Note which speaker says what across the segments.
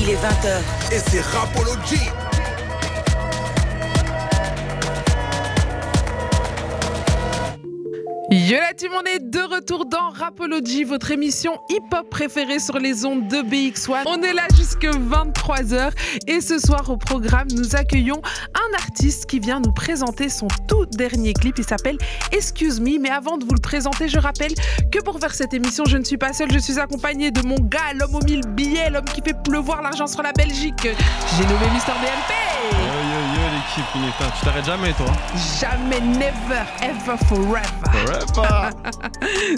Speaker 1: Il est 20h.
Speaker 2: Et c'est Rapology.
Speaker 3: Yo la team, on est de retour dans Rapology, votre émission hip-hop préférée sur les ondes de BX1. On est là jusque 23h et ce soir au programme, nous accueillons un artiste qui vient nous présenter son tout dernier clip. Il s'appelle Excuse Me, mais avant de vous le présenter, je rappelle que pour faire cette émission, je ne suis pas seule, je suis accompagnée de mon gars, l'homme aux mille billets, l'homme qui fait pleuvoir l'argent sur la Belgique. J'ai nommé Mister BMP.
Speaker 4: Yo yo yo l'équipe, putain, tu t'arrêtes jamais toi. hein
Speaker 3: Jamais, never, ever, forever.
Speaker 4: Forever.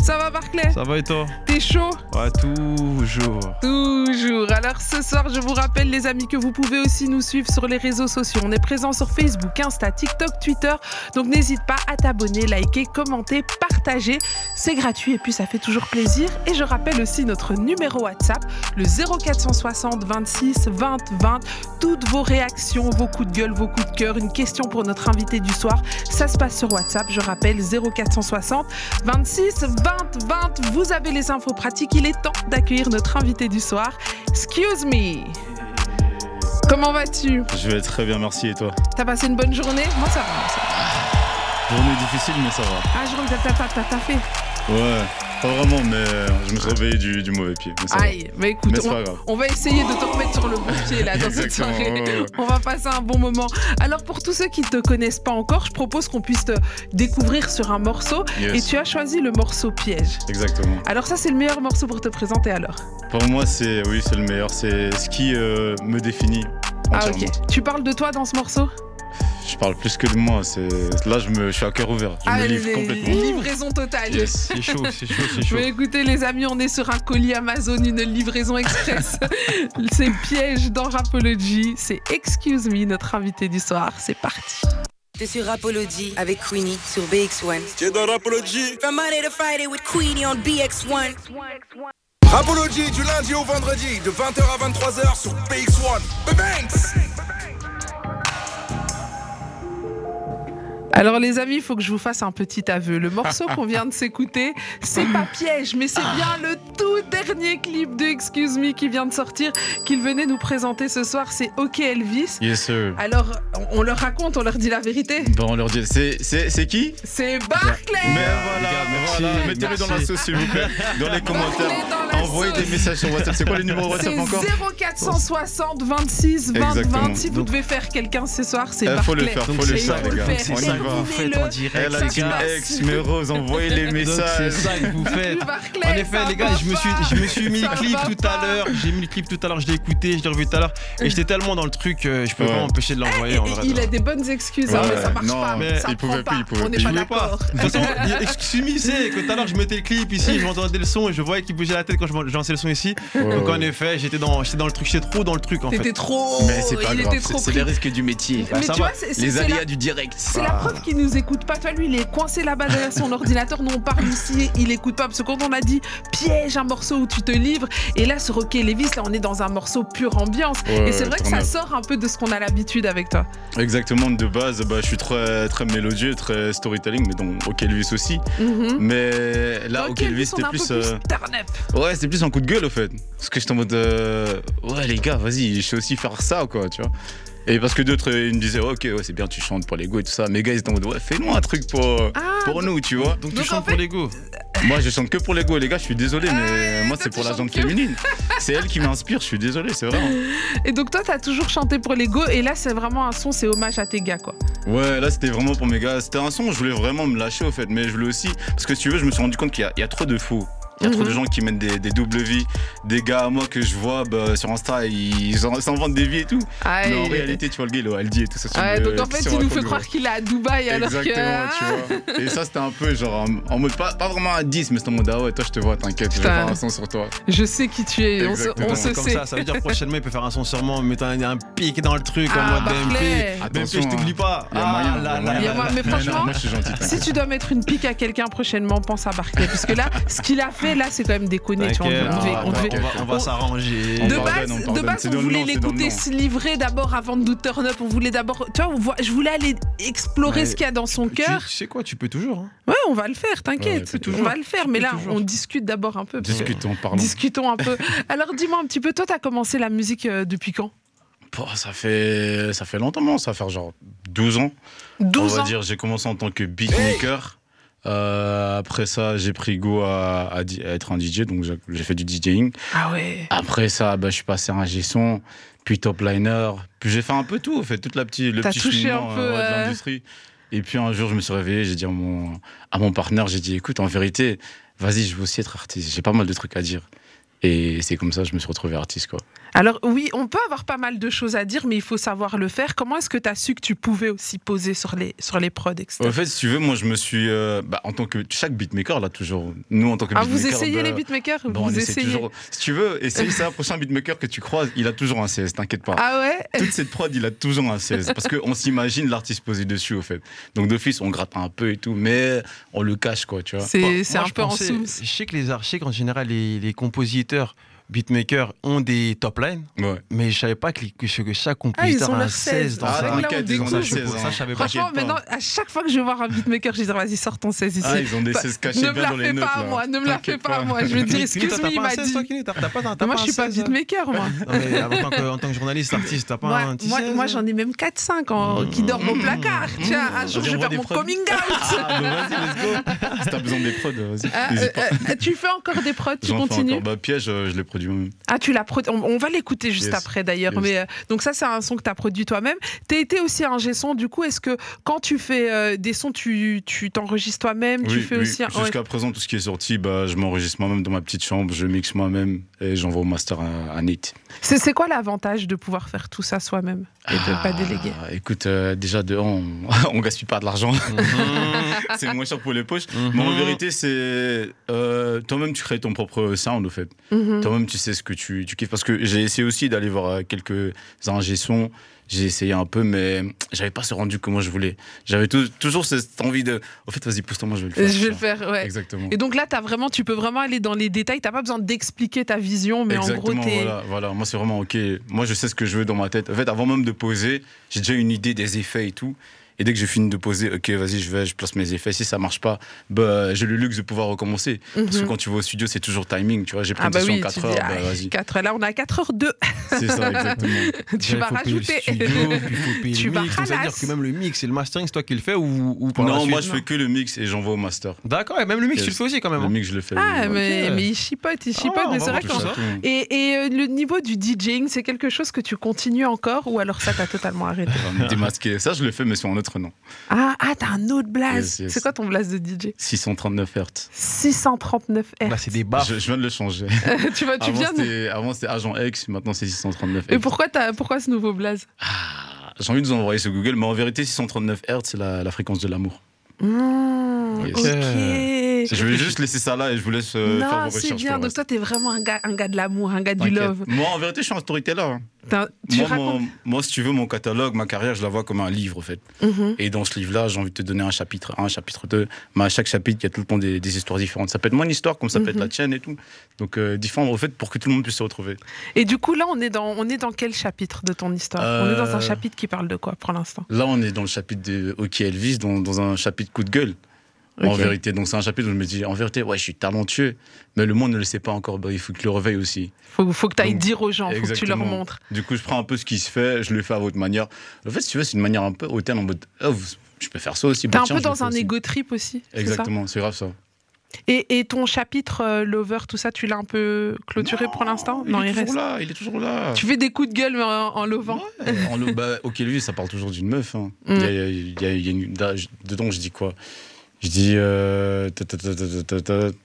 Speaker 3: Ça va Barclay
Speaker 4: Ça va et toi
Speaker 3: T'es chaud
Speaker 4: Ouais, toujours.
Speaker 3: Toujours. Alors ce soir, je vous rappelle les amis que vous pouvez aussi nous suivre sur les réseaux sociaux. On est présent sur Facebook, Insta, TikTok, Twitter. Donc n'hésite pas à t'abonner, liker, commenter, partager. C'est gratuit et puis ça fait toujours plaisir. Et je rappelle aussi notre numéro WhatsApp, le 0460 26 20 20. Toutes vos réactions, vos coups de gueule, vos coups de cœur, une question pour notre invité du soir, ça se passe sur WhatsApp. Je rappelle 0460 26 20 20. Vous avez les infos pratiques. Il est temps d'accueillir notre invité du soir. Excuse me. Comment vas-tu
Speaker 4: Je vais très bien, merci et toi.
Speaker 3: T'as passé une bonne journée Moi ça va. moi, ça va.
Speaker 4: Journée difficile mais ça va.
Speaker 3: Ah, je t'as, t'as, t'as, t'as fait.
Speaker 4: Ouais, pas vraiment mais je me suis réveillé du, du mauvais pied. mais ça va.
Speaker 3: Aïe, mais écoute,
Speaker 4: Mais c'est
Speaker 3: on-
Speaker 4: pas grave.
Speaker 3: On va essayer de te remettre sur le bon pied là dans cette
Speaker 4: Exactement,
Speaker 3: soirée.
Speaker 4: ouais, ouais.
Speaker 3: On va passer un bon moment. Alors pour tous ceux qui ne te connaissent pas encore, je propose qu'on puisse te découvrir sur un morceau. Et
Speaker 4: Yes,
Speaker 3: tu as choisi le morceau piège.
Speaker 4: Exactement.
Speaker 3: Alors ça c'est le meilleur morceau pour te présenter alors.
Speaker 4: Pour moi c'est oui c'est le meilleur, c'est ce qui euh, me définit.
Speaker 3: Ah
Speaker 4: entièrement.
Speaker 3: ok. Tu parles de toi dans ce morceau
Speaker 4: Je parle plus que de moi, c'est là je me je suis à cœur ouvert, je
Speaker 3: Ah
Speaker 4: me livre
Speaker 3: les-
Speaker 4: complètement.
Speaker 3: livraison totale.
Speaker 4: Yes.
Speaker 5: C'est chaud, c'est chaud, c'est chaud.
Speaker 3: Mais écoutez les amis, on est sur un colis Amazon, une livraison express. c'est piège dans Rapology. C'est Excuse Me, notre invité du soir. C'est parti.
Speaker 1: T'es sur Rapology avec Queenie sur BX1.
Speaker 2: Tu es dans Rapology.
Speaker 1: From Monday to Friday with Queenie on BX1.
Speaker 2: Rapology du lundi au vendredi de 20h à 23h sur PX1. Banks.
Speaker 3: Alors les amis, il faut que je vous fasse un petit aveu. Le morceau qu'on vient de s'écouter, c'est pas piège, mais c'est bien le tout dernier clip de Excuse Me qui vient de sortir, qu'il venait nous présenter ce soir. C'est OK Elvis.
Speaker 4: Yes sir.
Speaker 3: Alors, on- on leur raconte, on leur dit la vérité.
Speaker 4: Bon on leur dit c'est c'est c'est qui
Speaker 3: C'est Barclay
Speaker 4: Mais
Speaker 5: les gars,
Speaker 4: voilà, mais
Speaker 5: merci,
Speaker 4: voilà, mettez-le dans la
Speaker 5: merci.
Speaker 4: sauce s'il vous plaît, dans
Speaker 3: Barclay
Speaker 4: les commentaires.
Speaker 3: dans la
Speaker 4: Envoyez
Speaker 3: sauce.
Speaker 4: des messages sur WhatsApp. C'est quoi les numéros
Speaker 3: C'est
Speaker 4: WhatsApp encore
Speaker 3: 0460 26 20 20.
Speaker 4: Exactement.
Speaker 3: Si vous
Speaker 5: Donc-
Speaker 3: devez faire quelqu'un ce soir, c'est
Speaker 4: Euh,
Speaker 3: Barclay.
Speaker 4: faut le faire, faut le
Speaker 3: Et
Speaker 4: faire,
Speaker 3: faut
Speaker 4: les gars.
Speaker 3: le
Speaker 5: Donc, c'est
Speaker 4: On y
Speaker 5: ça que
Speaker 4: va.
Speaker 5: vous faites en direct,
Speaker 4: Elle a
Speaker 5: les
Speaker 4: dit
Speaker 5: gars.
Speaker 4: ex, mais Rose, envoyez les
Speaker 5: Donc, c'est
Speaker 4: messages.
Speaker 5: ça que vous faites.
Speaker 3: Barclay,
Speaker 5: En
Speaker 3: ça
Speaker 5: effet, les gars,
Speaker 3: va
Speaker 5: je me suis,
Speaker 3: pas.
Speaker 5: je me suis mis
Speaker 3: Ça
Speaker 5: le clip
Speaker 3: va
Speaker 5: tout
Speaker 3: pas.
Speaker 5: à l'heure. J'ai mis le clip tout à l'heure, je l'ai écouté, je l'ai revu tout à l'heure. Et j'étais tellement dans le truc, euh, je peux
Speaker 4: Ouais.
Speaker 5: pas m'empêcher de l'envoyer en vrai.
Speaker 3: Et Il a des bonnes excuses, hein,
Speaker 4: Ouais,
Speaker 3: mais ça marche
Speaker 4: non,
Speaker 3: pas.
Speaker 5: mais
Speaker 3: ça
Speaker 4: il
Speaker 3: prend
Speaker 4: pouvait plus, il pouvait
Speaker 3: On n'est
Speaker 4: plus.
Speaker 3: pas
Speaker 5: Je voulais pas.
Speaker 3: d'accord.
Speaker 5: De toute façon, il y a- excuse-moi, c'est que tout à l'heure je mettais le clip ici, je m'entendais le son et je voyais qu'il bougeait la tête quand je m'en- je lançais le son ici. Donc en effet, j'étais dans, j'étais dans le truc, j'étais trop dans le truc en fait.
Speaker 3: T'étais trop.
Speaker 4: Mais c'est pas
Speaker 3: Oh, il
Speaker 4: grave,
Speaker 3: était trop
Speaker 4: c'est- c'est
Speaker 3: pris.
Speaker 4: les risques du métier.
Speaker 5: Bah,
Speaker 3: mais
Speaker 5: ça
Speaker 3: tu vois,
Speaker 5: va.
Speaker 3: c'est c'est-
Speaker 4: Les
Speaker 3: c'est la,
Speaker 4: aléas du direct. Ah.
Speaker 3: c'est la preuve qu'il nous écoute pas. Toi, lui, il est coincé là-bas derrière son ordinateur. Nous, on parle ici, il écoute pas. Parce que quand on a dit piège, un morceau où tu te livres, et là, sur OK Levis, là, on est dans un morceau pure ambiance.
Speaker 4: Ouais,
Speaker 3: et c'est vrai que ça
Speaker 4: tournable.
Speaker 3: sort un peu de ce qu'on a l'habitude avec toi.
Speaker 4: Exactement, de base, bah, je suis très, très mélodieux, très storytelling, mais donc OK Elvis aussi.
Speaker 3: Mhm.
Speaker 4: Mais là,
Speaker 3: Dans
Speaker 4: OK
Speaker 3: lequel
Speaker 4: Elvis,
Speaker 3: on est
Speaker 4: c'était
Speaker 3: un
Speaker 4: plus.
Speaker 3: peu
Speaker 4: euh,
Speaker 3: plus turn up.
Speaker 4: Ouais, c'était plus un coup de gueule au fait. Parce que j'étais en mode. euh, ouais, les gars, vas-y, je sais aussi faire ça, quoi, tu vois. Et parce que d'autres, euh, ils me disaient, ok, ouais, c'est bien, tu chantes pour les goûts et tout ça. Mes gars, ils étaient en mode, ouais, fais-nous un truc pour, euh,
Speaker 3: Ah,
Speaker 4: pour nous, tu vois.
Speaker 5: Donc tu
Speaker 3: Donc, en
Speaker 5: chantes
Speaker 3: fait-
Speaker 5: pour l'ego.
Speaker 4: Moi, je chante que pour les goûts, les gars, je suis désolé, mais
Speaker 3: Ah,
Speaker 4: moi,
Speaker 3: toi,
Speaker 4: c'est
Speaker 3: tu
Speaker 4: pour la
Speaker 3: chantes
Speaker 4: jante
Speaker 3: que-
Speaker 4: féminine. C'est elle qui m'inspire, je suis désolé, c'est vrai. hein.
Speaker 3: Et donc toi, t'as toujours chanté pour l'ego, et là, c'est vraiment un son, c'est hommage à tes gars, quoi.
Speaker 4: Ouais, là, c'était vraiment pour mes gars. C'était un son, je voulais vraiment me lâcher, au fait, mais je voulais aussi. Parce que si tu veux, je me suis rendu compte qu'il y a- il y, a trop de faux. Il y a trop de
Speaker 3: Mhm.
Speaker 4: gens qui mènent des, des doubles vies, des gars à moi que je vois bah, sur Insta, ils en- s'inventent des vies et tout.
Speaker 3: Ah,
Speaker 4: Mais en
Speaker 3: et-
Speaker 4: réalité, tu vois, le gars, il est au Aldi et tout ça. c'est
Speaker 3: Ouais,
Speaker 4: une-
Speaker 3: donc en
Speaker 4: qui
Speaker 3: fait,
Speaker 4: se
Speaker 3: il nous
Speaker 4: raconte,
Speaker 3: fait
Speaker 4: gros.
Speaker 3: croire qu'il est à Dubaï alors
Speaker 4: Exactement,
Speaker 3: que. Ah,
Speaker 4: tu vois. Et ça, c'était un peu genre en, en mode, pas, pas vraiment à 10, mais c'était en mode, ah ouais, toi, je te vois, t'inquiète, je vais
Speaker 3: Putain.
Speaker 4: faire un son sur toi.
Speaker 3: Je sais qui tu es, on se,
Speaker 4: Exactement.
Speaker 3: on
Speaker 5: Donc,
Speaker 3: se
Speaker 5: comme
Speaker 3: sait.
Speaker 5: ça, ça veut dire prochainement il peut faire un son sûrement, mais t'as un pic dans le truc en
Speaker 3: ah,
Speaker 5: mode BMP.
Speaker 3: Barclay. hein.
Speaker 5: BMP, je t'oublie pas.
Speaker 4: Il y a moyen,
Speaker 5: Ah là
Speaker 4: il y a
Speaker 5: là
Speaker 4: moyen.
Speaker 3: Il y a
Speaker 5: là
Speaker 3: moyen,
Speaker 5: là.
Speaker 3: mais
Speaker 4: Mais non,
Speaker 3: franchement,
Speaker 4: moi, je suis gentil.
Speaker 3: si tu dois mettre une pique à quelqu'un prochainement, pense à Barclay. Parce que là, ce qu'il a fait, là, c'est quand même déconné. Tu vois,
Speaker 5: T'inquiète,
Speaker 3: on
Speaker 4: ah,
Speaker 3: devait-
Speaker 5: on
Speaker 3: on
Speaker 5: va-
Speaker 3: devait-
Speaker 5: on va- on va
Speaker 3: on-
Speaker 5: s'arranger.
Speaker 4: On
Speaker 3: de
Speaker 4: pardonne,
Speaker 3: base,
Speaker 4: on
Speaker 3: de
Speaker 4: pardonne.
Speaker 3: base,
Speaker 4: C'est
Speaker 3: on
Speaker 4: dans le
Speaker 3: voulait
Speaker 4: nom, c'est dans le
Speaker 3: l'écouter
Speaker 4: nom.
Speaker 3: se livrer d'abord avant de nous turn up. On voulait d'abord, tu vois, on voit- je voulais aller explorer
Speaker 5: Ouais.
Speaker 3: ce qu'il y a dans son
Speaker 5: Tu-
Speaker 3: cœur.
Speaker 5: Tu sais quoi, tu peux toujours. hein.
Speaker 3: Ouais, on va le faire, t'inquiète.
Speaker 4: Ouais,
Speaker 3: on va le faire, mais là,
Speaker 5: toujours.
Speaker 3: on discute d'abord un peu. parce que-
Speaker 4: Discutons, parlons.
Speaker 3: Discutons un peu. Alors, dis-moi un petit peu, toi, t'as commencé la musique euh, depuis quand
Speaker 4: Bon, ça, fait, ça fait longtemps, moi, ça va faire genre 12 ans. on
Speaker 3: 12
Speaker 4: va
Speaker 3: ans.
Speaker 4: dire, j'ai commencé en tant que beatmaker. Euh, après ça, j'ai pris goût à, à di- à être un DJ, donc j'ai- j'ai fait du DJing.
Speaker 3: Ah ouais.
Speaker 4: Après ça, bah, je suis passé à un G-son, puis top liner, puis j'ai fait un peu tout, en fait, toute la petite, le
Speaker 3: T'as
Speaker 4: petit
Speaker 3: touché
Speaker 4: cheminement
Speaker 3: un peu,
Speaker 4: euh, ouais,
Speaker 3: euh,
Speaker 4: de l'industrie. Et puis un jour, je me suis réveillé, j'ai dit à mon, à mon partenaire, j'ai dit, écoute, en vérité, vas-y, je veux aussi être artiste, j'ai pas mal de trucs à dire. Et c'est comme ça, je me suis retrouvé artiste, quoi.
Speaker 3: Alors, oui, on peut avoir pas mal de choses à dire, mais il faut savoir le faire. Comment est-ce que t'as su que tu pouvais aussi poser sur les, sur les prods, etc.
Speaker 4: En fait, si tu veux, moi, je me suis, euh, bah, en tant que chaque beatmaker, là, toujours, nous, en tant que
Speaker 3: Ah,
Speaker 4: beatmaker,
Speaker 3: vous essayez
Speaker 4: bah,
Speaker 3: les beatmakers
Speaker 4: Bon, on
Speaker 3: Vous
Speaker 4: essaie
Speaker 3: essayez
Speaker 4: toujours. Si tu veux, essaye ça. Prochain beatmaker que tu croises, il a toujours un CS, t'inquiète pas.
Speaker 3: Ah ouais
Speaker 4: Toute cette prod, il a toujours un CS. Parce qu'on s'imagine l'artiste posé dessus, au fait. Donc, d'office, on gratte un peu et tout, mais on le cache, quoi, tu vois.
Speaker 3: C'est
Speaker 5: Moi,
Speaker 3: c'est un
Speaker 5: je
Speaker 3: peu en
Speaker 5: pensais-
Speaker 3: sous.
Speaker 5: Je sais que les archers, en général, les, les compositeurs, beatmakers ont des top lines,
Speaker 4: Ouais.
Speaker 5: mais je savais pas que, que- que chaque
Speaker 3: Ah, ils
Speaker 5: compositeur
Speaker 3: ont
Speaker 5: a un
Speaker 3: leur
Speaker 5: 16 dans
Speaker 4: Ah,
Speaker 5: sa
Speaker 4: d'accord.
Speaker 5: raquette.
Speaker 4: raquette, ils ont
Speaker 5: Ça,
Speaker 4: leur
Speaker 5: je sais
Speaker 4: 16,
Speaker 5: pas, ça, je savais pas.
Speaker 3: Franchement,
Speaker 4: T'inquiète
Speaker 3: maintenant, à chaque fois que je vais voir un beatmaker, je dis ah, vas-y, sors ton 16 ici.
Speaker 4: Ah, ils ont des
Speaker 3: Pas-
Speaker 4: CS cachés
Speaker 3: Ne me
Speaker 4: bien
Speaker 3: la
Speaker 4: dans les
Speaker 3: fais
Speaker 4: notes.
Speaker 3: pas à
Speaker 4: là.
Speaker 3: moi, ne me la fais
Speaker 4: T'inquiète
Speaker 3: pas à moi. Je vais dire,
Speaker 5: Mais Kini, toi,
Speaker 3: excuse-moi,
Speaker 5: t'as
Speaker 3: il
Speaker 5: pas un
Speaker 3: m'a
Speaker 5: 16, toi,
Speaker 3: dit.
Speaker 5: Kini T'as- t'as pas un- t'as
Speaker 3: Moi,
Speaker 5: pas
Speaker 3: je
Speaker 5: un
Speaker 3: suis pas
Speaker 5: 16, hein
Speaker 3: beatmaker, moi.
Speaker 5: Non, mais en tant que- en tant que journaliste, artiste, t'as pas un
Speaker 3: Moi,
Speaker 5: petit
Speaker 3: moi,
Speaker 5: 16,
Speaker 3: moi,
Speaker 5: hein
Speaker 3: j'en ai même 4-5 en- qui dorment au
Speaker 4: Mmh.
Speaker 3: placard. Tiens, un jour,
Speaker 4: Vas-y,
Speaker 3: je vais
Speaker 4: on voit
Speaker 3: faire
Speaker 4: des
Speaker 3: mon
Speaker 4: prods.
Speaker 3: coming out.
Speaker 4: Ah, bah, vas-y, let's go. si t'as besoin des prods, vas-y.
Speaker 3: Ah,
Speaker 4: n'hésite pas.
Speaker 3: euh, euh, tu fais encore des prods, tu
Speaker 4: J'en fais
Speaker 3: continues
Speaker 4: encore. Bah, piège, euh, je l'ai produit moi-même.
Speaker 3: Ah, tu l'as produit. On, on va l'écouter juste
Speaker 4: Yes.
Speaker 3: après d'ailleurs.
Speaker 4: Yes.
Speaker 3: Mais euh, donc ça, c'est un son que tu as produit toi-même. T'as été aussi un G-son. Du coup, est-ce que quand tu fais euh, des sons, tu tu t'enregistres toi-même, tu
Speaker 4: Oui,
Speaker 3: fais
Speaker 4: oui.
Speaker 3: aussi. Un... ouais.
Speaker 4: Jusqu'à présent, tout ce qui est sorti, bah, je m'enregistre moi-même dans ma petite chambre, je mixe moi-même et j'envoie au master à, à Nate.
Speaker 3: C'est c'est quoi l'avantage de pouvoir faire tout ça soi-même et de pas déléguer
Speaker 4: Ah, Écoute, euh, déjà, de un, on, on gaspille pas de l'argent.
Speaker 5: Mhm,
Speaker 4: c'est moins cher pour les poches.
Speaker 3: Mhm.
Speaker 4: Mais en vérité, c'est. euh, Toi-même, tu crées ton propre sound, au fait.
Speaker 3: Mhm.
Speaker 4: Toi-même, tu sais ce que tu, tu kiffes. Parce que j'ai essayé aussi d'aller voir euh, quelques ingé-sons. J'ai essayé un peu, mais j'avais pas ce rendu que moi je voulais. J'avais tou- toujours cette envie de. Au fait, vas-y, pousse-toi, moi je vais le faire.
Speaker 3: Je vais
Speaker 4: tu
Speaker 3: le
Speaker 4: vois.
Speaker 3: faire, ouais.
Speaker 4: Exactement.
Speaker 3: Et donc là, as vraiment, tu peux vraiment aller dans les détails. T'as pas besoin d'expliquer ta vision, mais en
Speaker 4: Exactement,
Speaker 3: gros, t'es.
Speaker 4: voilà, voilà. Moi, c'est vraiment OK. Moi, je sais ce que je veux dans ma tête. En fait, avant même de poser, j'ai déjà une idée des effets et tout. Et dès que je finis de poser, OK, vas-y, je vais, je place mes effets. Si ça marche pas, bah, j'ai le luxe de pouvoir recommencer. Parce que
Speaker 3: Mhm.
Speaker 4: quand tu vas au studio, c'est toujours timing, tu vois. J'ai pris
Speaker 3: Ah
Speaker 4: une
Speaker 3: bah
Speaker 4: session
Speaker 3: oui, tu
Speaker 4: 4
Speaker 3: dis,
Speaker 4: heures,
Speaker 3: ah,
Speaker 4: bah, vas-y.
Speaker 3: 4 là on a 4 heures 2
Speaker 4: C'est ça, exactement.
Speaker 3: tu
Speaker 5: Déjà,
Speaker 3: vas
Speaker 5: il faut payer le
Speaker 3: rajouter
Speaker 5: studio, puis il faut payer
Speaker 3: Tu
Speaker 5: le
Speaker 3: vas
Speaker 5: mix, donc c'est-à-dire
Speaker 3: ralasse.
Speaker 5: que même le mix et le mastering, c'est toi qui le fais ou, ou par la
Speaker 4: non,
Speaker 5: suite
Speaker 4: moi, je fais que le mix et j'envoie au master.
Speaker 5: D'accord, et même le mix,
Speaker 4: Yes.
Speaker 5: tu le fais aussi quand même.
Speaker 4: Le
Speaker 5: hein.
Speaker 4: mix, je le fais.
Speaker 3: ah
Speaker 4: oui.
Speaker 3: mais,
Speaker 5: Ok.
Speaker 3: mais il chipote
Speaker 4: Ah,
Speaker 3: il chipote
Speaker 5: on
Speaker 3: mais
Speaker 5: va
Speaker 3: c'est vrai
Speaker 5: voir
Speaker 3: qu'en
Speaker 5: tout ça.
Speaker 3: et, et, euh, le niveau du DJing c'est quelque chose que tu continues encore ou alors ça t'a totalement arrêté
Speaker 4: Enfin, Démasqué. Ça, je le fais, mais sur un autre nom.
Speaker 3: ah ah t'as un autre blast
Speaker 4: Yes, yes.
Speaker 3: c'est quoi ton blast de DJ
Speaker 4: 639 Hz.
Speaker 3: 639 Hz
Speaker 5: Bah, c'est des bars.
Speaker 4: Je, je viens de le changer.
Speaker 3: tu vois Ah, tu
Speaker 4: Avant,
Speaker 3: viens de...
Speaker 4: c'était- avant, c'était Agent X, maintenant, c'est 639
Speaker 3: et
Speaker 4: Hz.
Speaker 3: pourquoi t'as pourquoi ce nouveau blast
Speaker 4: Ah, J'ai envie de vous envoyer sur Google, mais en vérité, 639 Hz, c'est la, la fréquence de l'amour.
Speaker 3: Mmh,
Speaker 4: Yes. euh,
Speaker 3: ok
Speaker 4: Je vais juste laisser ça là et je vous laisse euh, faire vos
Speaker 3: non c'est
Speaker 4: recherches.
Speaker 3: bien
Speaker 4: pour le
Speaker 3: donc toi t'es vraiment un gars un gars de l'amour un gars du
Speaker 4: reste.
Speaker 3: love
Speaker 4: T'inquiète. Moi, en vérité, je suis un storyteller. hein.
Speaker 3: T'as- tu
Speaker 4: Moi,
Speaker 3: racontes
Speaker 4: mon- moi, si tu veux, mon catalogue, ma carrière, je la vois comme un livre, en fait.
Speaker 3: Mhm.
Speaker 4: Et dans ce livre-là, j'ai envie de te donner un chapitre 1, un chapitre 2. Mais à chaque chapitre, il y a tout le temps des, des histoires différentes. Ça peut être mon histoire, comme ça peut être
Speaker 3: Mhm.
Speaker 4: la tienne et tout. Donc, euh, différent, en fait, pour que tout le monde puisse se retrouver.
Speaker 3: Et du coup, là, on est dans, on est dans quel chapitre de ton histoire On est dans un
Speaker 4: Euh,
Speaker 3: chapitre qui parle de quoi pour l'instant
Speaker 4: Là, on est dans le chapitre de OK Elvis, dans, dans un chapitre coup de gueule. En
Speaker 3: Ok.
Speaker 4: vérité, donc c'est un chapitre où je me dis, en vérité, ouais, je suis talentueux, mais le monde ne le sait pas encore, Bah, il faut que je le réveille aussi.
Speaker 3: Faut, faut que tu ailles
Speaker 4: donc,
Speaker 3: dire aux gens, faut que tu leur
Speaker 4: exactement.
Speaker 3: montres.
Speaker 4: Du coup, je prends un peu ce qui se fait, je le fais à votre manière. En fait, si tu veux, c'est une manière un peu hautaine, en mode, Ah, vous- je peux faire ça aussi.
Speaker 3: T'es un
Speaker 4: bah, tiens,
Speaker 3: peu
Speaker 4: je le
Speaker 3: dans
Speaker 4: fais
Speaker 3: un
Speaker 4: aussi.
Speaker 3: ego trip aussi. c'est ça
Speaker 4: Exactement, c'est grave ça.
Speaker 3: Et, et ton chapitre euh, Lover, tout ça, tu l'as un peu clôturé pour l'instant Non,
Speaker 4: il
Speaker 3: il,
Speaker 4: est
Speaker 3: reste.
Speaker 4: toujours là, il est toujours là.
Speaker 3: Tu fais des coups de gueule mais en, en levant.
Speaker 4: Ouais, en le- bah, ok, lui, ça parle toujours d'une meuf. hein.
Speaker 3: Mm.
Speaker 4: Il y a- il y a- il y a une- da- je- Dedans, je dis quoi Je dis. euh, ta- ta- ta- ta- ta- ta- ta-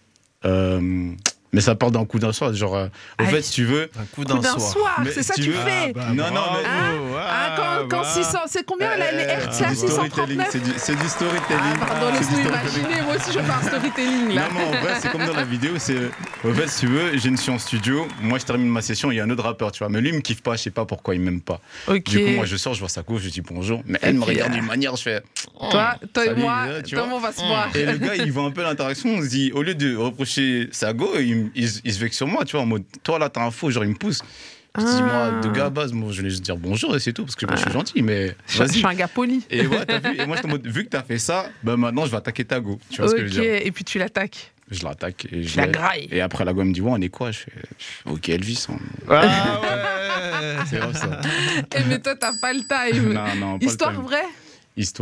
Speaker 4: euh, Mais ça part d'un coup d'un soir. Genre, euh, au
Speaker 3: Aïe.
Speaker 4: fait, si tu veux.
Speaker 5: Un coup
Speaker 3: Coup
Speaker 5: d'un
Speaker 3: d'un
Speaker 5: soir. Bah,
Speaker 3: soir,
Speaker 4: Mais
Speaker 3: c'est ça que
Speaker 4: tu
Speaker 3: tu
Speaker 4: veux- bah,
Speaker 3: fais.
Speaker 4: Non, non, mais-
Speaker 3: Ah, quand, quand 600, c'est combien la, les
Speaker 4: Euh,
Speaker 3: Hertz
Speaker 4: c'est
Speaker 3: là
Speaker 4: du storytelling.
Speaker 3: 639
Speaker 4: C'est du, c'est du storytelling.
Speaker 3: Ah, pardon,
Speaker 4: C'est du
Speaker 3: laisse-moi
Speaker 4: storytelling.
Speaker 3: imaginer. Moi aussi, je fais un storytelling là.
Speaker 4: Non, mais en vrai, c'est comme dans la vidéo. C'est en fait, si tu veux, j'ai une session studio. Moi, je termine ma session. Il y a un autre rappeur, tu vois. Mais lui, il me kiffe pas. Je sais pas pourquoi il m'aime pas.
Speaker 3: Ok.
Speaker 4: Du coup, moi, je sors, je vois sa couche, je dis bonjour. Mais elle me
Speaker 3: Ok.
Speaker 4: regarde d'une manière, je fais.
Speaker 3: Toi, toi et
Speaker 4: Salut,
Speaker 3: moi,
Speaker 4: euh, tu
Speaker 3: toi,
Speaker 4: vois.
Speaker 3: on va se voir.
Speaker 4: Et le gars, il voit un peu l'interaction. On se dit, au lieu de reprocher sa go, il, il se- il se vexe sur moi, tu vois. En mode, toi là, t'as un faux, genre, il me pousse. Je dis, moi,
Speaker 3: Ah.
Speaker 4: de gars à base, moi, je vais juste dire bonjour et c'est tout, parce que moi, je suis gentil, mais
Speaker 3: Je je
Speaker 4: vas-y.
Speaker 3: suis un gars poli.
Speaker 4: Et, ouais, t'as vu, et moi, je suis en mode, vu que t'as fait ça, ben maintenant, je vais attaquer ta go. Tu vois ce que je
Speaker 3: Ok,
Speaker 4: veux dire
Speaker 3: et puis tu l'attaques.
Speaker 4: Je l'attaque et je
Speaker 3: la
Speaker 4: la-
Speaker 3: graille.
Speaker 4: Et après, la go elle me dit, ouais, on est quoi Je fais, ok, Elvis. hein.
Speaker 5: Ah ouais
Speaker 4: C'est grave ça.
Speaker 3: Eh, mais toi, t'as pas le time.
Speaker 4: non, non, pas le
Speaker 3: Histoire
Speaker 4: time.
Speaker 3: vraie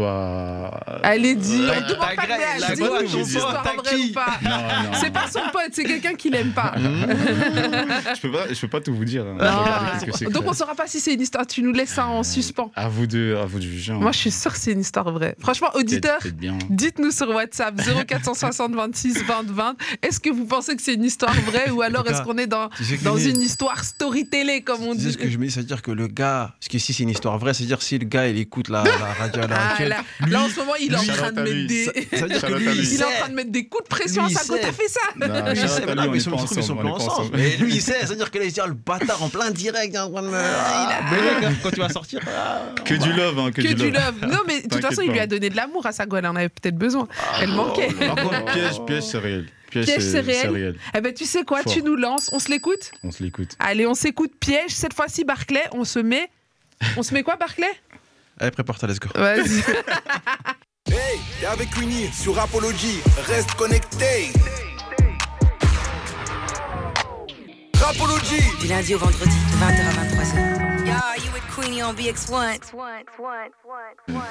Speaker 4: Histoire.
Speaker 3: Allez, dis,
Speaker 5: Euh,
Speaker 3: on te demande
Speaker 5: ta
Speaker 3: pas de
Speaker 5: graine,
Speaker 3: BH,
Speaker 5: la
Speaker 3: dis
Speaker 5: graine,
Speaker 4: ton
Speaker 3: oui, c'est
Speaker 4: pote,
Speaker 3: histoire
Speaker 5: t'as
Speaker 3: vraie
Speaker 5: qui
Speaker 3: ou pas.
Speaker 4: Non, non.
Speaker 3: C'est pas son pote, c'est quelqu'un qui l'aime pas.
Speaker 4: Je peux pas, je peux pas tout vous dire. hein. Regardez ce que c'est
Speaker 3: Donc
Speaker 4: que-
Speaker 3: on saura pas si c'est une histoire, tu nous laisses ça en suspens.
Speaker 4: À vous de, à vous de juger. hein.
Speaker 3: Moi je suis sûre que c'est une histoire vraie. Franchement, auditeur,
Speaker 4: Peut-être bien.
Speaker 3: dites-nous sur WhatsApp 0460 26 20 20, est-ce que vous pensez que c'est une histoire vraie ou alors est-ce qu'on est dans,
Speaker 5: Tu sais que
Speaker 3: dans
Speaker 5: les-
Speaker 3: une histoire storytellée comme on
Speaker 5: Tu sais
Speaker 3: dit
Speaker 5: ce que je me dis, c'est-à-dire que le gars, parce que si c'est une histoire vraie, c'est-à-dire si le gars il écoute la, la radio à l'heure
Speaker 3: Ah,
Speaker 5: actuelle,
Speaker 3: là,
Speaker 5: lui-
Speaker 3: là, en ce moment il est en
Speaker 4: lui,
Speaker 3: train de
Speaker 4: Charlotte a
Speaker 3: mettre
Speaker 4: lui.
Speaker 5: ça,
Speaker 3: des...
Speaker 5: ça veut dire que
Speaker 4: Charlotte
Speaker 5: lui,
Speaker 4: a lui.
Speaker 5: il,
Speaker 3: Il est en
Speaker 5: sait.
Speaker 3: train de mettre des coups de pression
Speaker 5: Lui,
Speaker 3: à
Speaker 5: il
Speaker 3: sa go,
Speaker 5: sait.
Speaker 3: t'as fait ça
Speaker 4: Non,
Speaker 5: Lui, il
Speaker 4: Charlotte
Speaker 5: sait,
Speaker 4: a
Speaker 5: mais
Speaker 4: lui,
Speaker 5: non,
Speaker 4: on
Speaker 5: mais
Speaker 4: est
Speaker 5: son
Speaker 4: pas
Speaker 5: truc, ils
Speaker 4: ensemble,
Speaker 5: sont
Speaker 4: on est
Speaker 5: plus
Speaker 4: pas
Speaker 5: ensemble.
Speaker 4: ensemble.
Speaker 5: Et lui, il sait, c'est-à-dire que là, il se dit, ah, le bâtard, en plein direct, il est en train de me- Ah, il a- quand tu vas sortir. ah,
Speaker 4: Que du love, hein, que,
Speaker 3: Que du love. Non, mais de toute
Speaker 4: T'inquiète
Speaker 3: façon, il
Speaker 4: pas.
Speaker 3: lui a donné de l'amour à sa gueule. Elle en avait peut-être besoin. Elle manquait.
Speaker 4: Par contre, piège, piège, c'est réel.
Speaker 3: Piège, c'est réel. Eh ben, tu sais quoi
Speaker 4: Fort.
Speaker 3: Tu nous lances, on se l'écoute
Speaker 4: On se l'écoute.
Speaker 3: Allez, on s'écoute piège. Cette fois-ci, Barclay, on se met. On se met quoi, Barclay
Speaker 5: Allez, prépare-toi, let's go.
Speaker 3: Vas-y.
Speaker 2: Hey, t'es avec Queenie sur Apology. Reste connecté. Rapology.
Speaker 1: Du lundi au vendredi, de 20h à 23h. Yeah, you with Queenie on BX1.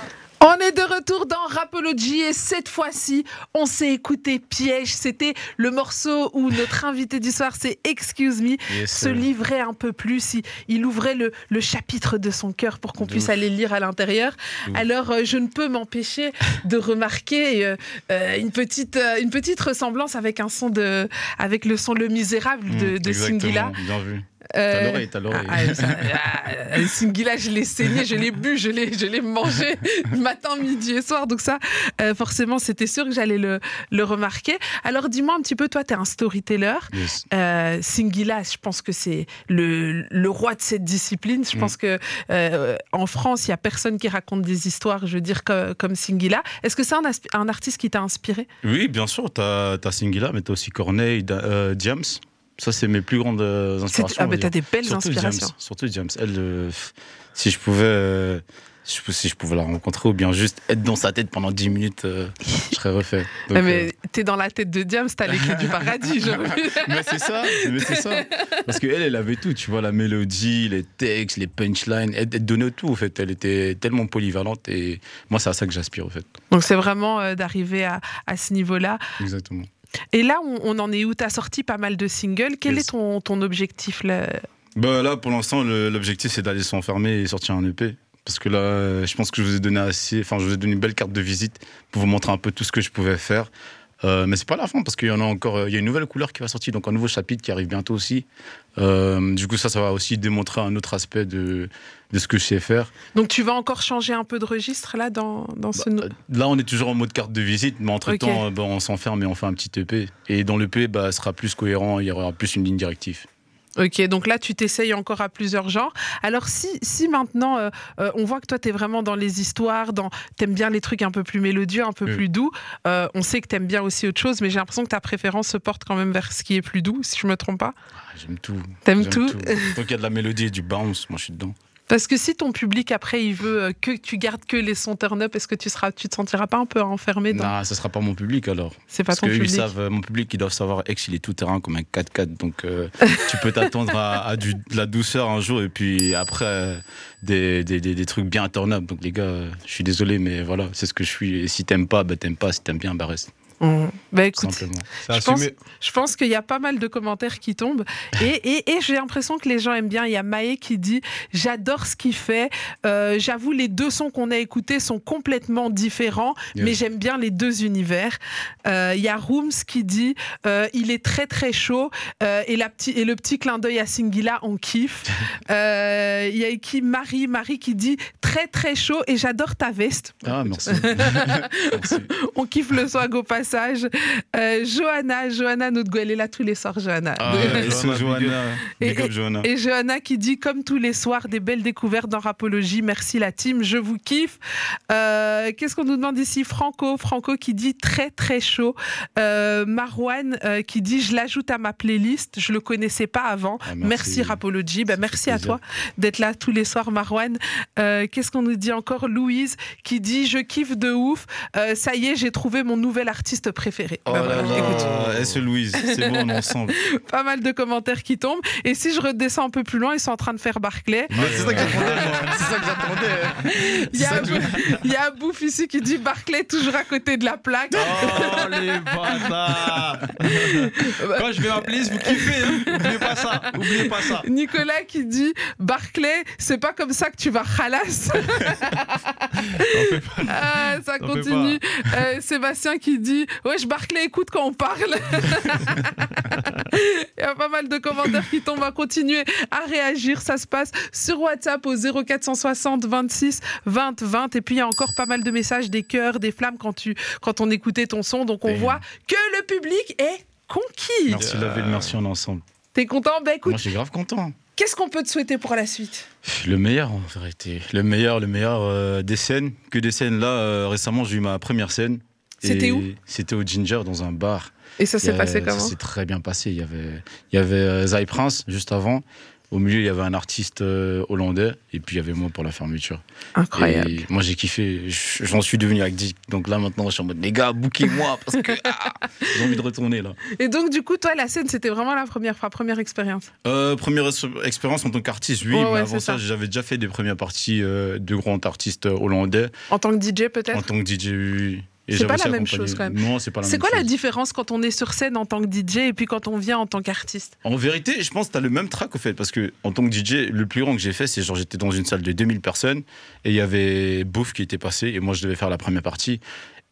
Speaker 3: On est de retour dans Rapology et cette fois-ci, on s'est écouté piège. C'était le morceau où notre invité du soir, c'est Excuse Me,
Speaker 4: Yes, euh,
Speaker 3: se
Speaker 4: sir.
Speaker 3: livrait un peu plus. Il, il ouvrait le, le chapitre de son cœur pour qu'on
Speaker 4: De
Speaker 3: puisse
Speaker 4: ouf.
Speaker 3: aller lire à l'intérieur.
Speaker 4: De ouf.
Speaker 3: Alors, euh, je ne peux m'empêcher de remarquer euh, euh, une, petite, euh, une petite ressemblance avec, un son de, avec le son Le Misérable de,
Speaker 4: Mmh,
Speaker 3: de
Speaker 4: exactement,
Speaker 3: Singila.
Speaker 4: Bien vu. T'as
Speaker 3: Euh,
Speaker 4: l'oreille, t'as l'oreille.
Speaker 3: ah, ah, ça- ah, le Singila, je l'ai saigné, je l'ai bu, je l'ai, je l'ai mangé matin, midi et soir. Donc ça, euh, forcément, c'était sûr que j'allais le, le remarquer. Alors dis-moi un petit peu, toi, t'es un storyteller.
Speaker 4: Yes.
Speaker 3: Euh, Singila, je pense que c'est le, le roi de cette discipline.
Speaker 4: Mm.
Speaker 3: Je pense que euh, en France, il y a personne qui raconte des histoires, je veux dire, co- comme Singila. Est-ce que c'est un, aspi- un artiste qui t'a inspiré
Speaker 4: Oui, bien sûr, t'as as Singila, mais t'as aussi Corneille, Da- euh, Diams. Ça, c'est mes plus grandes euh,
Speaker 3: C'est-
Speaker 4: inspirations.
Speaker 3: Ah,
Speaker 4: on va
Speaker 3: ben,
Speaker 4: dire.
Speaker 3: t'as des belles
Speaker 4: surtout
Speaker 3: inspirations.
Speaker 4: James, surtout James. Elle, euh, pff, si je pouvais, euh, si je pou- si je pouvais la rencontrer ou bien juste être dans sa tête pendant 10 minutes, euh, je serais refait. Donc,
Speaker 3: Ah, mais t'es dans la tête de Diams, t'as les clés du paradis, j'ai envie de-
Speaker 4: euh, mais c'est ça, mais c'est ça. Parce qu'elle, elle avait tout, tu vois, la mélodie, les textes, les punchlines, elle, elle donnait tout, en fait. Elle était tellement polyvalente et moi, c'est à ça que j'aspire, en fait.
Speaker 3: Donc c'est vraiment euh, d'arriver à, à ce niveau-là.
Speaker 4: Exactement.
Speaker 3: Et là, on, on en est où T'as sorti pas mal de singles. Quel
Speaker 4: Yes.
Speaker 3: est ton, ton objectif là
Speaker 4: Bah là, pour l'instant, le- l'objectif, c'est d'aller s'enfermer et sortir un EP. Parce que là, euh, je pense que je vous ai donné assez. Enfin, je vous ai donné une belle carte de visite pour vous montrer un peu tout ce que je pouvais faire. Euh, mais c'est pas la fin parce qu'il y en a encore. euh, Il y a une nouvelle couleur qui va sortir, donc un nouveau chapitre qui arrive bientôt aussi. Euh, du coup, ça, ça va aussi démontrer un autre aspect de, de ce que je sais faire.
Speaker 3: Donc tu vas encore changer un peu de registre là dans, dans ce... nou-
Speaker 4: Euh, Là, on est toujours en mode carte de visite, mais entre temps,
Speaker 3: Ok.
Speaker 4: on s'enferme et on fait un petit EP. Et dans l'EP, bah, ce sera plus cohérent, il y aura plus une ligne directive.
Speaker 3: Ok, donc là tu t'essayes encore à plusieurs genres. Alors si, si maintenant euh, euh, on voit que toi t'es vraiment dans les histoires, dans t'aimes bien les trucs un peu plus mélodieux, un peu
Speaker 4: Oui.
Speaker 3: plus doux, euh, on sait que t'aimes bien aussi autre chose, mais j'ai l'impression que ta préférence se porte quand même vers ce qui est plus doux, si je me trompe pas.
Speaker 4: Ah, J'aime tout.
Speaker 3: T'aimes
Speaker 4: J'aime
Speaker 3: tout
Speaker 4: Tant qu'il y a de la mélodie et du bounce, moi, je suis dedans.
Speaker 3: Parce que si ton public après il veut euh, que tu gardes que les sons turn up, est-ce que tu seras, tu te sentiras pas un peu enfermé dans
Speaker 4: Non, ce sera pas mon public alors.
Speaker 3: C'est pas
Speaker 4: Parce
Speaker 3: ton
Speaker 4: que eux, ils
Speaker 3: public.
Speaker 4: savent, euh, mon public, ils doivent savoir, ex, il est tout terrain comme un 4x4. Donc, euh, tu peux t'attendre à, à du- de la douceur un jour et puis après, euh, des, des- des- des trucs bien turn-up. Donc, les gars, euh, je suis désolé, mais voilà, c'est ce que je suis. Et si t'aimes pas, bah, t'aimes pas. Si t'aimes bien, bah, reste.
Speaker 3: Hum. Bah écoute,
Speaker 4: simplement.
Speaker 5: C'est
Speaker 3: Je pense-
Speaker 5: assumé.
Speaker 3: je pense qu'il y a pas mal de commentaires qui tombent. Et, et- et j'ai l'impression que les gens aiment bien. Il y a Maë qui dit J'adore ce qu'il fait. Euh, J'avoue, les deux sons qu'on a écoutés sont complètement différents,
Speaker 4: Yes.
Speaker 3: mais j'aime bien les deux univers. Euh, Il y a Rooms qui dit euh, Il est très très chaud. Euh, et, la petit, et le petit clin d'œil à Singila, on kiffe. Euh, Il y a qui Marie, Marie qui dit Très très chaud et j'adore ta veste.
Speaker 4: Ah, merci. Merci.
Speaker 3: On kiffe le swag au passage. Euh, Johanna, Johanna, notre goût, elle est là tous les soirs, Johanna.
Speaker 4: Ah,
Speaker 5: ouais,
Speaker 4: SO Johanna.
Speaker 3: Et-
Speaker 4: Big up Johanna.
Speaker 3: Et Johanna qui dit, comme tous les soirs, des belles découvertes dans Rapologie. Merci la team, je vous kiffe. Euh, Qu'est-ce qu'on nous demande ici Franco, Franco qui dit très très chaud. Euh, Marwan euh, qui dit, je l'ajoute à ma playlist, je le connaissais pas avant.
Speaker 4: Ah,
Speaker 3: merci Rapology. Ben,
Speaker 4: Ça
Speaker 3: merci
Speaker 4: fait
Speaker 3: à
Speaker 4: plaisir.
Speaker 3: toi d'être là tous les soirs, Marwan. Euh, Qu'est-ce qu'on nous dit encore Louise qui dit, je kiffe de ouf. Euh, ça y est, j'ai trouvé mon nouvel artiste préféré.
Speaker 4: Oh
Speaker 3: Ben
Speaker 4: là
Speaker 3: voilà, écoute.
Speaker 4: là, SO Louise, c'est bon, on est ensemble.
Speaker 3: Pas mal de commentaires qui tombent. Et si je redescends un peu plus loin, ils sont en train de faire Barclay.
Speaker 5: Mais c'est ça que j'attendais, moi.
Speaker 4: C'est ça que j'attendais.
Speaker 3: Il y a Abou- il y a Bouf ici qui dit Barclay toujours à côté de la plaque.
Speaker 5: Oh les bâtards Quand je vais en playlist, vous kiffez, hein Oubliez pas ça, oubliez pas ça
Speaker 3: Nicolas qui dit Barclay, c'est pas comme ça que tu vas ralasse. Ah, ça
Speaker 5: T'en fais
Speaker 3: continue. Euh, Sébastien qui dit Wesh, Barclay, écoute quand on parle. Il y a pas mal de commentaires qui tombent. On va continuer à réagir. Ça se passe sur WhatsApp au 0460 26 20 20. Et puis il y a encore pas mal de messages, des cœurs, des flammes quand, tu, quand on écoutait ton son. Donc on
Speaker 4: Et-
Speaker 3: voit que le public est conquis.
Speaker 4: Merci la belle, merci, on est ensemble.
Speaker 3: T'es content Ben écoute,
Speaker 4: Moi, je suis grave content.
Speaker 3: qu'est-ce qu'on peut te souhaiter pour la suite
Speaker 4: Le meilleur, en vérité. Le meilleur, le meilleur euh, des scènes. Que des scènes. Là, euh, récemment, j'ai eu ma première scène. Et
Speaker 3: C'était où
Speaker 4: C'était au Ginger, dans un bar.
Speaker 3: Et ça
Speaker 4: Il y
Speaker 3: s'est
Speaker 4: a-
Speaker 3: passé comment
Speaker 4: Ça s'est très bien passé. Il y avait, il y avait euh, Zai Prince juste avant. Au milieu, il y avait un artiste euh, hollandais. Et puis, il y avait moi pour la fermeture.
Speaker 3: Incroyable.
Speaker 4: Et moi, j'ai kiffé. J- J'en suis devenu addict. Donc là, maintenant, je suis en mode, les gars, bouquez-moi parce que ah, j'ai envie de retourner là.
Speaker 3: Et... donc, du coup, toi, la scène, c'était vraiment la première fois, première expérience.
Speaker 4: Euh, première es- expérience en tant qu'artiste, oui.
Speaker 3: Ouais,
Speaker 4: mais
Speaker 3: ouais,
Speaker 4: avant
Speaker 3: c'est
Speaker 4: ça,
Speaker 3: ça.
Speaker 4: j'avais déjà fait des premières parties euh, de grands artistes hollandais
Speaker 3: En tant que DJ,
Speaker 4: en
Speaker 3: peut-être
Speaker 4: tant que DJ. oui. Et
Speaker 3: C'est
Speaker 4: j'avais
Speaker 3: pas
Speaker 4: aussi
Speaker 3: la même
Speaker 4: accompagné-
Speaker 3: chose, quand même.
Speaker 4: Non, c'est pas la
Speaker 3: C'est
Speaker 4: même
Speaker 3: quoi la
Speaker 4: chose.
Speaker 3: différence quand on est sur scène en tant que DJ et puis quand on vient en tant qu'artiste
Speaker 4: En vérité, je pense que tu as le même track au fait, parce que en tant que DJ, le plus grand que j'ai fait, c'est genre j'étais dans une salle de 2000 personnes et il y avait Bouffe qui était passé et moi je devais faire la première partie.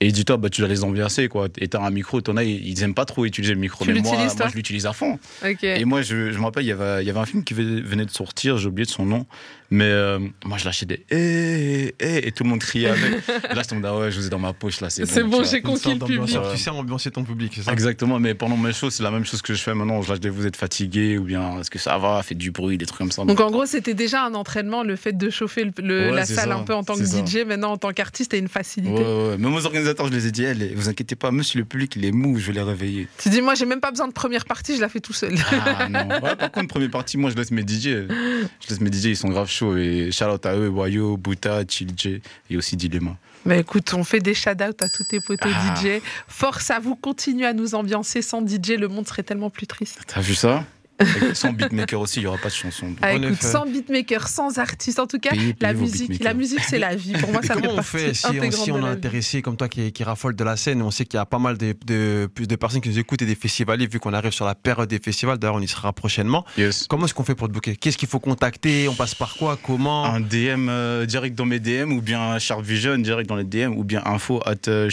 Speaker 4: Et dis-toi, bah, tu dois les ambiancer quoi. Et t'as un micro, t'en as, ils aiment pas trop utiliser le micro.
Speaker 3: Tu
Speaker 4: mais moi,
Speaker 3: l'utilises, toi
Speaker 4: moi, je l'utilise à fond.
Speaker 3: Ok.
Speaker 4: Et moi, je, je me rappelle, il y, avait, il y avait un film qui ve- venait de sortir, j'ai oublié de son nom, mais euh, moi je lâchais des eh, eh, eh, et tout le monde criait avec. là, je tombe, ah ouais, je vous ai dans ma poche là, c'est
Speaker 3: C'est
Speaker 4: bon.
Speaker 3: bon,
Speaker 4: tu vois.
Speaker 3: j'ai conquis le
Speaker 5: Une sorte d'ambiance.
Speaker 3: public.
Speaker 4: public.
Speaker 5: Tu sais ambiancer ton public,
Speaker 3: Hein.
Speaker 5: c'est ça
Speaker 4: Exactement, mais pendant mes shows, c'est la même chose que je fais maintenant. Je lâche des vous êtes fatigué ou bien est-ce que ça va, faites du bruit, des trucs comme ça.
Speaker 3: Donc, en gros, c'était déjà un entraînement, le fait de chauffer le- le-
Speaker 4: Ouais,
Speaker 3: la
Speaker 4: c'est
Speaker 3: salle
Speaker 4: ça,
Speaker 3: un peu en tant que
Speaker 4: c'est ça.
Speaker 3: DJ, maintenant en tant qu'artiste, et une
Speaker 4: Ouais,
Speaker 3: facilité.
Speaker 4: ouais. Même aux organisateurs, je les ai dit, Eh, les- vous inquiétez pas, monsieur le public, il est mou, je vais les réveiller.
Speaker 3: Tu dis, moi, j'ai même pas besoin de première partie, je la fais tout seul.
Speaker 4: Ah non. Ouais, par contre, première partie, moi je laisse mes DJ. Je laisse mes DJ, ils sont grave chauds. Et shout out à eux, Wayo, Buta, Chill J et aussi Dilemma.
Speaker 3: Bah écoute, on fait des shout-out à tous tes potos
Speaker 4: Ah.
Speaker 3: DJ. Force à vous, continuez à nous ambiancer. Sans DJ, le monde serait tellement plus triste.
Speaker 4: T'as vu ça Avec- Sans beatmaker aussi, il n'y aura pas de chanson. Donc,
Speaker 3: Ah,
Speaker 5: En
Speaker 3: écoute,
Speaker 5: effet.
Speaker 3: sans beatmaker, sans artiste, en tout cas,
Speaker 4: Payez-
Speaker 3: la
Speaker 4: payez vos
Speaker 3: musique, la
Speaker 4: beatmakers.
Speaker 3: musique, c'est la vie. Pour moi,
Speaker 5: Mais
Speaker 3: ça
Speaker 5: comment
Speaker 3: fait
Speaker 5: on
Speaker 3: partie
Speaker 5: fait si, on-
Speaker 3: intégrante
Speaker 5: si
Speaker 3: de
Speaker 5: on est
Speaker 3: la vie.
Speaker 5: intéressé comme toi qui, qui raffole de la scène On sait qu'il y a pas mal de, de, plus de personnes qui nous écoutent et des festivaliers, vu qu'on arrive sur la période des festivals. D'ailleurs, on y sera prochainement.
Speaker 4: yes.
Speaker 5: Comment est-ce qu'on fait pour te booker Qu'est-ce qu'il faut contacter On passe par quoi Comment
Speaker 4: Un DM euh, direct dans mes DM ou bien Sharp Vision direct dans les DM ou bien info at euh,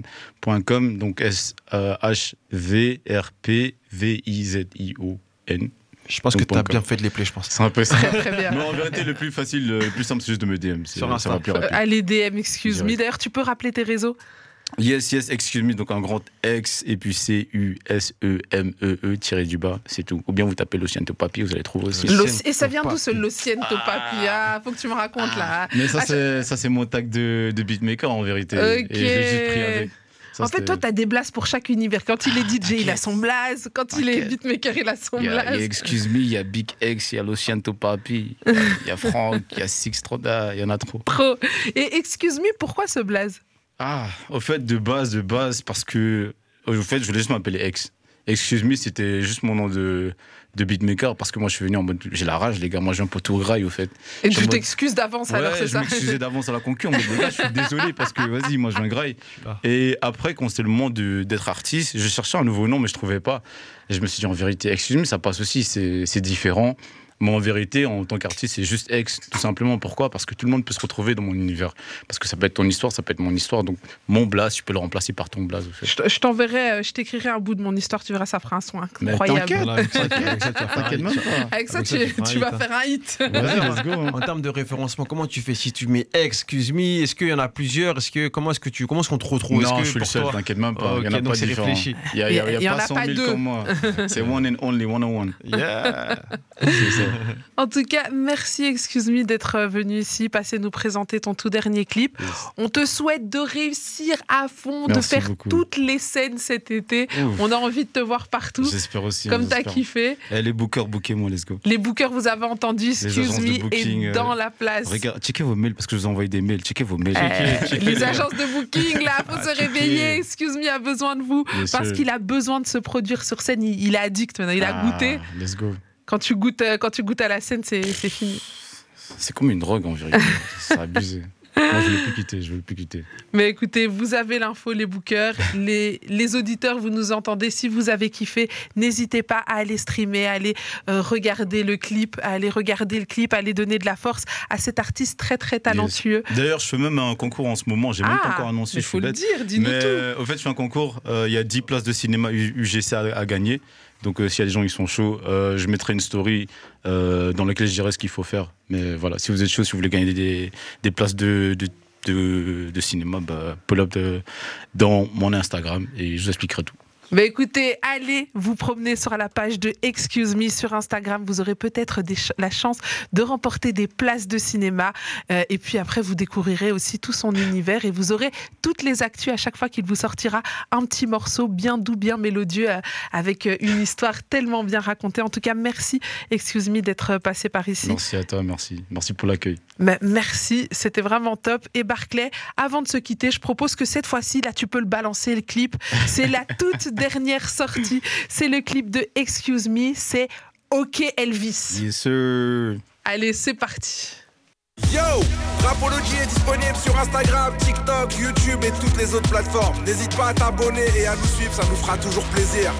Speaker 4: sharpvision.com donc S euh, H V R P V I Z I O N.
Speaker 5: Je pense que
Speaker 4: Donc,
Speaker 5: tu as
Speaker 4: point
Speaker 5: bien fait de les plays, je pense.
Speaker 4: C'est un peu ça.
Speaker 3: Très, très bien.
Speaker 4: Mais en vérité, le plus facile, le plus simple, c'est juste de me DM. C'est-
Speaker 5: Sur
Speaker 4: ça
Speaker 5: Insta.
Speaker 4: va plus
Speaker 3: Euh,
Speaker 4: rapide.
Speaker 3: Allez, DM, excuse me.
Speaker 4: Direct.
Speaker 3: D'ailleurs, tu peux rappeler tes réseaux.
Speaker 4: Yes, yes, excuse me. Donc un grand X et puis C U S E M E E tiré du bas, c'est tout. Ou bien vous tapez Lucien Topapi, vous allez trouver aussi.
Speaker 5: Lo-
Speaker 3: L'os- Et ça vient d'où ce
Speaker 5: Topapi.
Speaker 3: Locienne Topapi Ah, faut que tu me racontes là.
Speaker 4: Mais ça,
Speaker 3: Ah,
Speaker 4: c'est ça, c'est mon tag de, de beatmaker en vérité.
Speaker 3: Ok.
Speaker 4: Et je l'ai juste pris avec. Ça,
Speaker 3: en fait,
Speaker 4: c'était- Ah,
Speaker 3: toi, t'as des blases pour chaque univers. Quand il est DJ, il a son blaze. Quand il est beatmaker, il a son
Speaker 4: Il y, a, il y a
Speaker 3: blaze.
Speaker 4: Excuse Me, il y a Big X, il y a Lucien Topapi, il y a- il y a Franck, il y a Six Troda, il y en a trop.
Speaker 3: Pro. Et excuse me, pourquoi ce blaze
Speaker 4: Ah, au fait, de base, de base, parce que. Au fait, je voulais juste m'appeler X. Excuse me, c'était juste mon nom de, de beatmaker parce que moi je suis venu en mode j'ai la rage, les gars, moi je viens pour tout graille au fait.
Speaker 3: Et
Speaker 4: Je suis
Speaker 3: tu
Speaker 4: en mode-
Speaker 3: t'excuses d'avance alors,
Speaker 4: ouais,
Speaker 3: c'est
Speaker 4: je
Speaker 3: ça
Speaker 4: m'excusais d'avance à la concu en mode les gars, je suis désolé parce que vas-y, moi je viens graille.
Speaker 5: là.
Speaker 4: Et après, quand c'était le moment de- d'être artiste, je cherchais un nouveau nom mais je trouvais pas. Et je me suis dit en vérité, excuse me, ça passe aussi, c'est c'est différent. Mais en vérité, en tant qu'artiste, c'est juste ex, tout simplement. Pourquoi Parce que tout le monde peut se retrouver dans mon univers. Parce que ça peut être ton histoire, ça peut être mon histoire. Donc, mon blaze, tu peux le remplacer par ton blaze. au fait.
Speaker 3: Je t- je t'enverrai, euh, je t'écrirai un bout de mon histoire, tu verras, ça fera un soin
Speaker 4: Mais
Speaker 3: incroyable.
Speaker 4: t'inquiète,
Speaker 5: Voilà, avec ça, avec ça, tu vas faire un
Speaker 4: T'inquiète
Speaker 5: hit.
Speaker 4: même pas.
Speaker 3: Avec ça,
Speaker 5: Avec
Speaker 3: tu,
Speaker 5: ça, tu feras un
Speaker 3: tu vas
Speaker 5: hit, hein.
Speaker 3: faire un hit.
Speaker 4: Vas-y, let's go. hein.
Speaker 5: En termes de référencement, comment tu fais si tu mets excuse me Est-ce qu'il y en a plusieurs Est-ce que comment est-ce que tu comment est-ce qu'on te retrouve Est-ce
Speaker 4: Non,
Speaker 5: que
Speaker 4: je suis le
Speaker 5: pour
Speaker 4: seul,
Speaker 5: toi-
Speaker 4: t'inquiète même pas.
Speaker 5: Oh,
Speaker 4: Il y
Speaker 5: ok,
Speaker 4: en a
Speaker 5: donc
Speaker 4: pas
Speaker 5: c'est
Speaker 4: différent.
Speaker 5: réfléchi.
Speaker 4: Il y a, il y a- il y a
Speaker 3: Il y en a
Speaker 4: pas 100
Speaker 3: pas
Speaker 4: 000
Speaker 3: deux.
Speaker 4: comme moi. C'est one and only, one on one.
Speaker 5: Yeah.
Speaker 3: En tout cas, merci, excuse me, d'être euh, venu ici, passer nous présenter ton tout dernier clip. On te souhaite de réussir à fond, de
Speaker 4: Merci
Speaker 3: faire
Speaker 4: beaucoup.
Speaker 3: toutes les scènes cet été.
Speaker 4: Ouf.
Speaker 3: On a envie de te voir partout,
Speaker 4: J'espère aussi. hein,
Speaker 3: comme t'as
Speaker 4: j'espère.
Speaker 3: kiffé.
Speaker 4: Eh, les bookers, bookez-moi, let's go.
Speaker 3: Les bookers vous avez entendu, excuse
Speaker 4: agences de
Speaker 3: me,
Speaker 4: booking,
Speaker 3: et
Speaker 4: euh,
Speaker 3: dans la place.
Speaker 4: Regarde, checkez vos mails parce que je vous envoie des mails. Checkez Ah, vos mails.
Speaker 3: Euh,
Speaker 5: checker, checker,
Speaker 3: les
Speaker 5: les
Speaker 3: agences de booking, là, faut se
Speaker 5: checker.
Speaker 3: réveiller. Excuse me, a besoin de vous.
Speaker 4: Bien
Speaker 3: Parce
Speaker 4: sûr.
Speaker 3: qu'il a besoin de se produire sur scène. Il, il est addict maintenant, il a
Speaker 4: Ah,
Speaker 3: goûté.
Speaker 4: Let's go.
Speaker 3: Quand tu goûtes, euh, quand tu goûtes à la scène, c'est c'est fini.
Speaker 4: C'est comme une drogue en vérité. C'est abusé. Moi, je veux plus quitter. Je veux plus quitter.
Speaker 3: Mais écoutez, vous avez l'info, les bookers, les, les auditeurs, vous nous entendez. Si vous avez kiffé, n'hésitez pas à aller streamer, à aller euh, regarder le clip, à aller regarder le clip, à aller donner de la force à cet artiste très très talentueux.
Speaker 4: D'ailleurs, je fais même un concours en ce moment. J'ai même pas encore annoncé.
Speaker 3: Ah, mais
Speaker 4: je
Speaker 3: faut
Speaker 4: suis
Speaker 3: le
Speaker 4: bête.
Speaker 3: dire, dis-nous
Speaker 4: Mais
Speaker 3: tout.
Speaker 4: euh, au fait, je fais un concours. euh, Il y a 10 places de cinéma U- UGC à, à gagner. Donc, euh, s'il y a des gens qui sont chauds, euh, je mettrai une story euh, dans laquelle je dirai ce qu'il faut faire. Mais voilà, si vous êtes chaud, si vous voulez gagner des, des places de, de, de- de cinéma, bah, pull up de- dans mon Instagram et je vous expliquerai tout.
Speaker 3: Mais Bah, écoutez, allez vous promener sur la page de Excuse Me sur Instagram. Vous aurez peut-être des ch- la chance de remporter des places de cinéma. Euh, et puis après, vous découvrirez aussi tout son univers et vous aurez toutes les actus à chaque fois qu'il vous sortira un petit morceau bien doux, bien mélodieux, euh, avec euh, une histoire tellement bien racontée. En tout cas, merci Excuse Me d'être euh, passé par ici.
Speaker 4: Merci à toi, merci. Merci pour l'accueil.
Speaker 3: Mais merci, c'était vraiment top. Et Barclay, avant de se quitter, je propose que cette fois-ci, là, tu peux le balancer, le clip. C'est la toute dernière sortie. C'est le clip de Excuse Me, c'est OK Elvis.
Speaker 4: Yes, sir.
Speaker 3: Allez, c'est parti.
Speaker 2: Yo Rapology est disponible sur Instagram, TikTok, YouTube et toutes les autres plateformes. N'hésite pas à t'abonner et à nous suivre, ça nous fera toujours plaisir.